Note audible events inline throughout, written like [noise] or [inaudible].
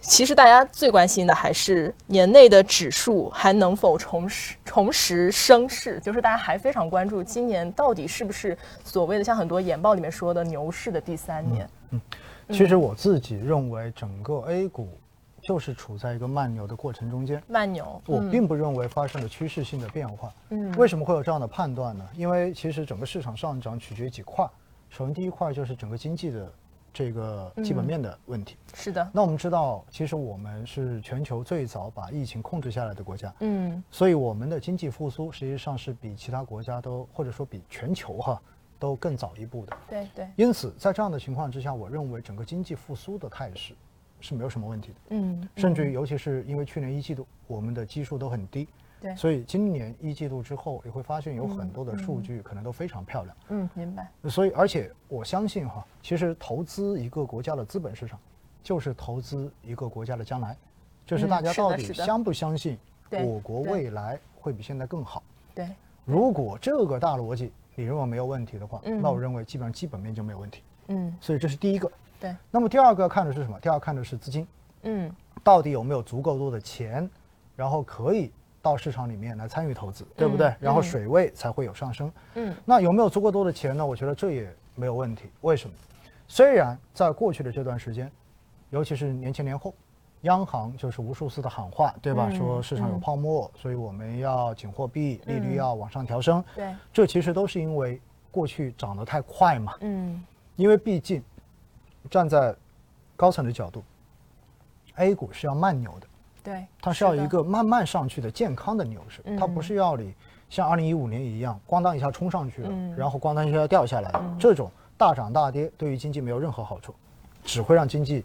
其实大家最关心的还是年内的指数还能否重拾重拾升势，就是大家还非常关注今年到底是不是所谓的像很多研报里面说的牛市的第三年。其实我自己认为，整个 A 股就是处在一个慢牛的过程中间。慢牛，我并不认为发生了趋势性的变化。嗯为什么会有这样的判断呢？因为其实整个市场上涨取决于几块，首先第一块就是整个经济的这个基本面的问题。是的，那我们知道，其实我们是全球最早把疫情控制下来的国家，嗯所以我们的经济复苏实际上是比其他国家都，或者说比全球哈都更早一步的。对对，因此，在这样的情况之下，我认为整个经济复苏的态势是没有什么问题的。嗯，甚至于，尤其是因为去年一季度我们的基数都很低，对，所以今年一季度之后，你会发现有很多的数据可能都非常漂亮。嗯，明白，所以，而且我相信哈，其实投资一个国家的资本市场，就是投资一个国家的将来，就是嗯大家是的到底是的相不相信对我国对未来会比现在更好。对，如果这个大逻辑你认为没有问题的话，嗯那我认为基本上基本面就没有问题。嗯所以这是第一个。对，那么第二个要看的是什么？第二个看的是资金，嗯到底有没有足够多的钱，然后可以到市场里面来参与投资，对不对？嗯然后嗯水位才会有上升。嗯那有没有足够多的钱呢？我觉得这也没有问题。为什么？虽然在过去的这段时间，尤其是年前年后，央行就是无数次的喊话，对吧？嗯说市场有嗯泡沫，所以我们要紧货币，利嗯率要往上调升。对，这其实都是因为过去涨得太快嘛。嗯因为毕竟站在高层的角度，A 股是要慢牛的，对，它是要的一个慢慢上去的健康的牛市，它不嗯是要你像二零一五年一样咣当一下冲上去了，嗯然后咣当一下掉下来了，这种大涨大跌对于经济没有任何好处，只会让经济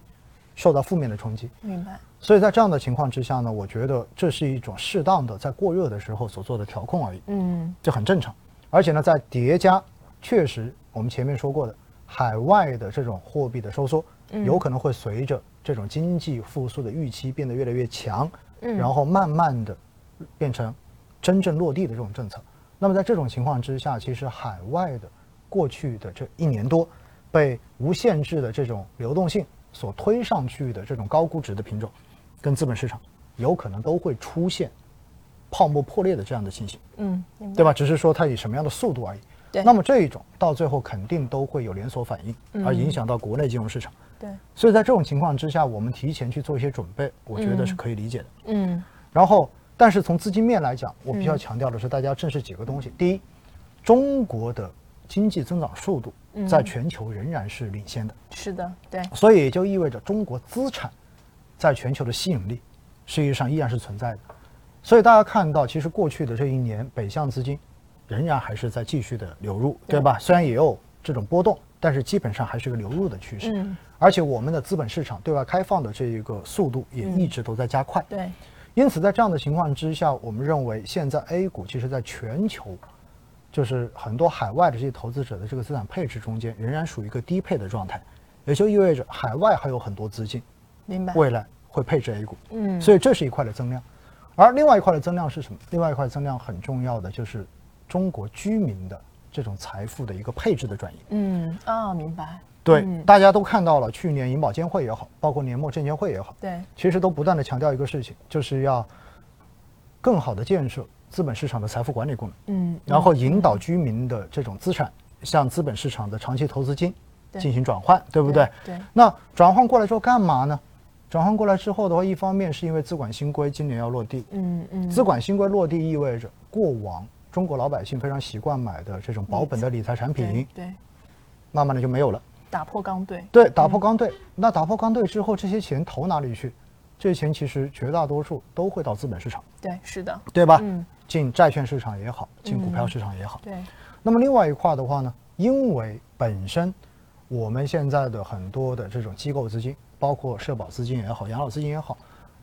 受到负面的冲击。明白，所以在这样的情况之下呢，我觉得这是一种适当的在过热的时候所做的调控而已。嗯这很正常。而且呢，在叠加，确实我们前面说过的，海外的这种货币的收缩，嗯有可能会随着这种经济复苏的预期变得越来越强，嗯然后慢慢的变成真正落地的这种政策。那么在这种情况之下，其实海外的过去的这一年多，被无限制的这种流动性所推上去的这种高估值的品种，跟资本市场有可能都会出现泡沫破裂的这样的情形。嗯，明白，对吧？只是说它以什么样的速度而已。对那么这一种到最后肯定都会有连锁反应，而影响到国内金融市场。对，所以在这种情况之下，我们提前去做一些准备，我觉得是可以理解的。嗯然后，但是从资金面来讲，我必须要强调的是，大家要正视几个东西。第一，中国的经济增长速度嗯在全球仍然是领先的，是的，对，所以也就意味着中国资产在全球的吸引力实际上依然是存在的。所以大家看到，其实过去的这一年，北向资金仍然还是在继续的流入，对吧？虽然也有这种波动，但是基本上还是个流入的趋势。嗯而且我们的资本市场对外开放的这一个速度也一直都在加快。嗯对，因此，在这样的情况之下，我们认为现在 A 股其实在全球，就是很多海外的这些投资者的这个资产配置中间，仍然属于一个低配的状态，也就意味着海外还有很多资金明白，未来会配置 A 股，嗯所以这是一块的增量。而另外一块的增量是什么？另外一块增量很重要的就是中国居民的这种财富的一个配置的转移。嗯啊，明白，对，嗯大家都看到了，去年银保监会也好，包括年末证监会也好，对，其实都不断的强调一个事情，就是要更好的建设资本市场的财富管理功能，嗯，然后引导居民的这种资产向资本市场的长期投资金对进行转换，对不对？对对那转换过来之后干嘛呢？转换过来之后的话，一方面是因为资管新规今年要落地，嗯嗯，资管新规落地意味着过往中国老百姓非常习惯买的这种保本的理财产对品，对，慢慢的就没有了。打破刚兑，对，打破刚兑。那打破刚兑之后，这些钱投哪里去？这些钱其实绝大多数都会到资本市场，对，是的，对吧？嗯进债券市场也好，进股票市场也好。对，那么另外一块的话呢，因为本身我们现在的很多的这种机构资金，包括社保资金也好，养老资金也好，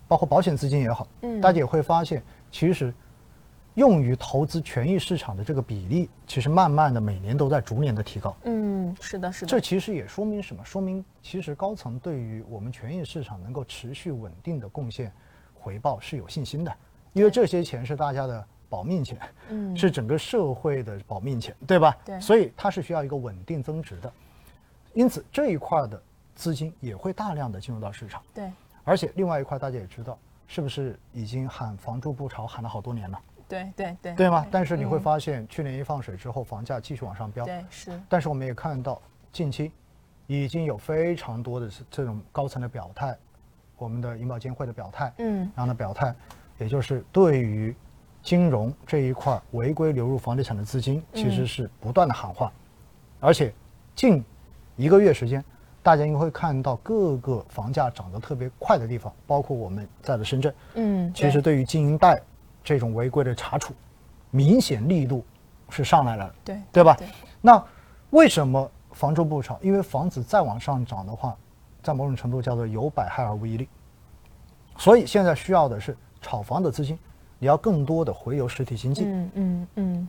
包括保险资金也好，嗯大家也会发现，其实用于投资权益市场的这个比例，其实慢慢的每年都在逐年的提高。嗯，是的，是的，这其实也说明什么？说明其实高层对于我们权益市场能够持续稳定的贡献回报是有信心的，因为这些钱是大家的保命钱，嗯是整个社会的保命钱，对吧？对所以它是需要一个稳定增值的，因此这一块儿的资金也会大量的进入到市场。对，而且另外一块大家也知道，是不是已经喊房住不炒喊了好多年了，对对对，嗯对吗？但是你会发现，去年一放水之后，房价继续往上飙。对是，但是我们也看到，近期已经有非常多的这种高层的表态，我们的银保监会的表态，嗯然后呢表态，也就是对于金融这一块违规流入房地产的资金，嗯其实是不断的喊话，而且近一个月时间，大家应该会看到各个房价涨得特别快的地方，包括我们在的深圳，嗯，其实对于经营贷这种违规的查处，明显力度是上来了的。对对吧对？那为什么房住不炒？因为房子再往上涨的话，在某种程度叫做有百害而无一利。所以现在需要的是炒房的资金，你要更多的回流实体经济。嗯嗯嗯，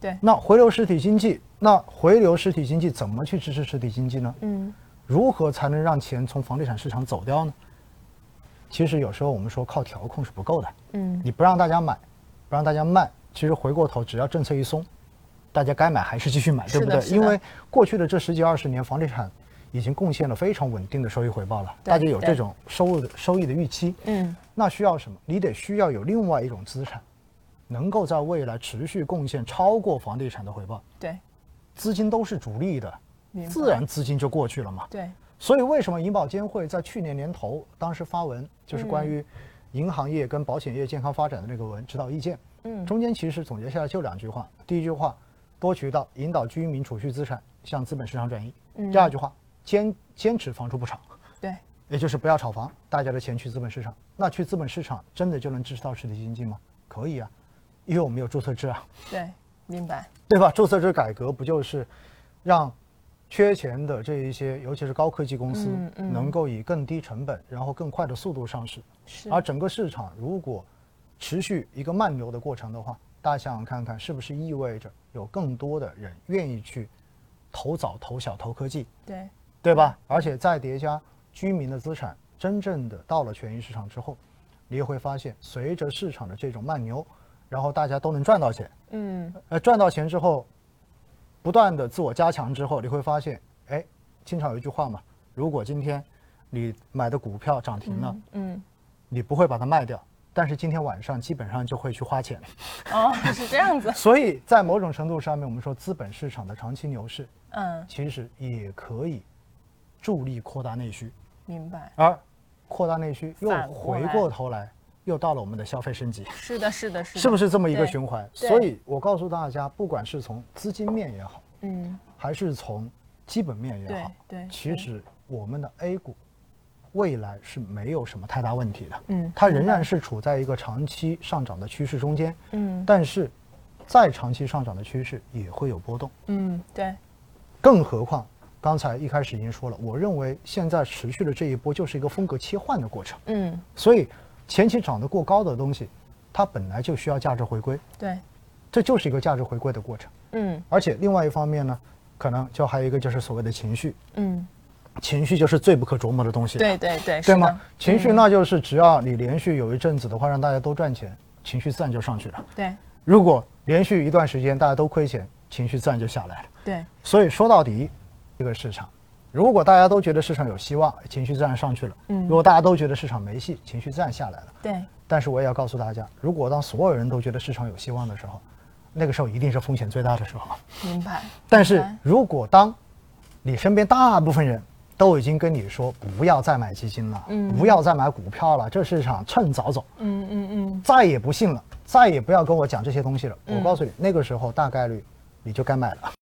对，那回流实体经济，那回流实体经济怎么去支持实体经济呢？嗯如何才能让钱从房地产市场走掉呢？其实有时候我们说靠调控是不够的，嗯你不让大家买，不让大家卖，其实回过头只要政策一松，大家该买还是继续买，是对的不对？是的因为过去的这十几二十年，房地产已经贡献了非常稳定的收益回报了，对大家有这对种收入的收益的预期。嗯，那需要什么？你得需要有另外一种资产，能够在未来持续贡献超过房地产的回报。对，资金都是逐利的明，白自然资金就过去了嘛。对，所以为什么银保监会在去年年头当时发文，就是嗯关于银行业跟保险业健康发展的那个文指导意见？嗯中间其实总结下来就两句话：第一句话，多渠道引导居民储蓄资产向资本市场转移；嗯第二句话，坚坚持房住不炒，对，也就是不要炒房，大家的钱去资本市场。那去资本市场真的就能支持到实体经济吗？可以啊，因为我们有注册制啊。对，明白，对吧？注册制改革不就是让缺钱的这一些，尤其是高科技公司嗯，嗯能够以更低成本，然后更快的速度上市。是而整个市场如果持续一个慢牛的过程的话，大家想想看看，是不是意味着有更多的人愿意去投早、投小、投科技，对，对吧？而且再叠加居民的资产，真正的到了权益市场之后，你也会发现，随着市场的这种慢牛，然后大家都能赚到钱。嗯呃，赚到钱之后，不断的自我加强之后，你会发现，哎，经常有一句话嘛，如果今天你买的股票涨停了，嗯，你不会把它卖掉，但是今天晚上基本上就会去花钱。哦，是这样子， [laughs] 所以在某种程度上面，我们说资本市场的长期牛市，嗯，其实也可以助力扩大内需，明白。而扩大内需又反过回来过头来，又到了我们的消费升级。是的，是的，是的，是不是这么一个对循环？对所以我告诉大家，不管是从资金面也好，嗯，还是从基本面也好，对对其实我们的 A 股未来是没有什么太大问题的，嗯它仍然是处在一个长期上涨的趋势中间，嗯但是再长期上涨的趋势也会有波动，嗯，对，更何况刚才一开始已经说了，我认为现在持续的这一波就是一个风格切换的过程，嗯，所以前期涨得过高的东西，它本来就需要价值回归，对，这就是一个价值回归的过程，嗯而且另外一方面呢，可能就还有一个就是所谓的情绪。嗯，情绪就是最不可琢磨的东西，对对对，对是的嗯吗？？情绪那就是只要你连续有一阵子的话，让大家都赚钱，情绪自然就上去了。对如果连续一段时间大家都亏钱，情绪自然就下来了。对，所以说到底，这个市场，如果大家都觉得市场有希望，情绪自然上去了；嗯如果大家都觉得市场没戏，情绪自然下来了。对，但是我也要告诉大家，如果当所有人都觉得市场有希望的时候，那个时候一定是风险最大的时候。明白。但是白如果当你身边大部分人都已经跟你说不要再买基金了，嗯不要再买股票了，这市场趁早走，嗯嗯嗯，再也不信了，再也不要跟我讲这些东西了。我告诉你，那个时候大概率你就该买了，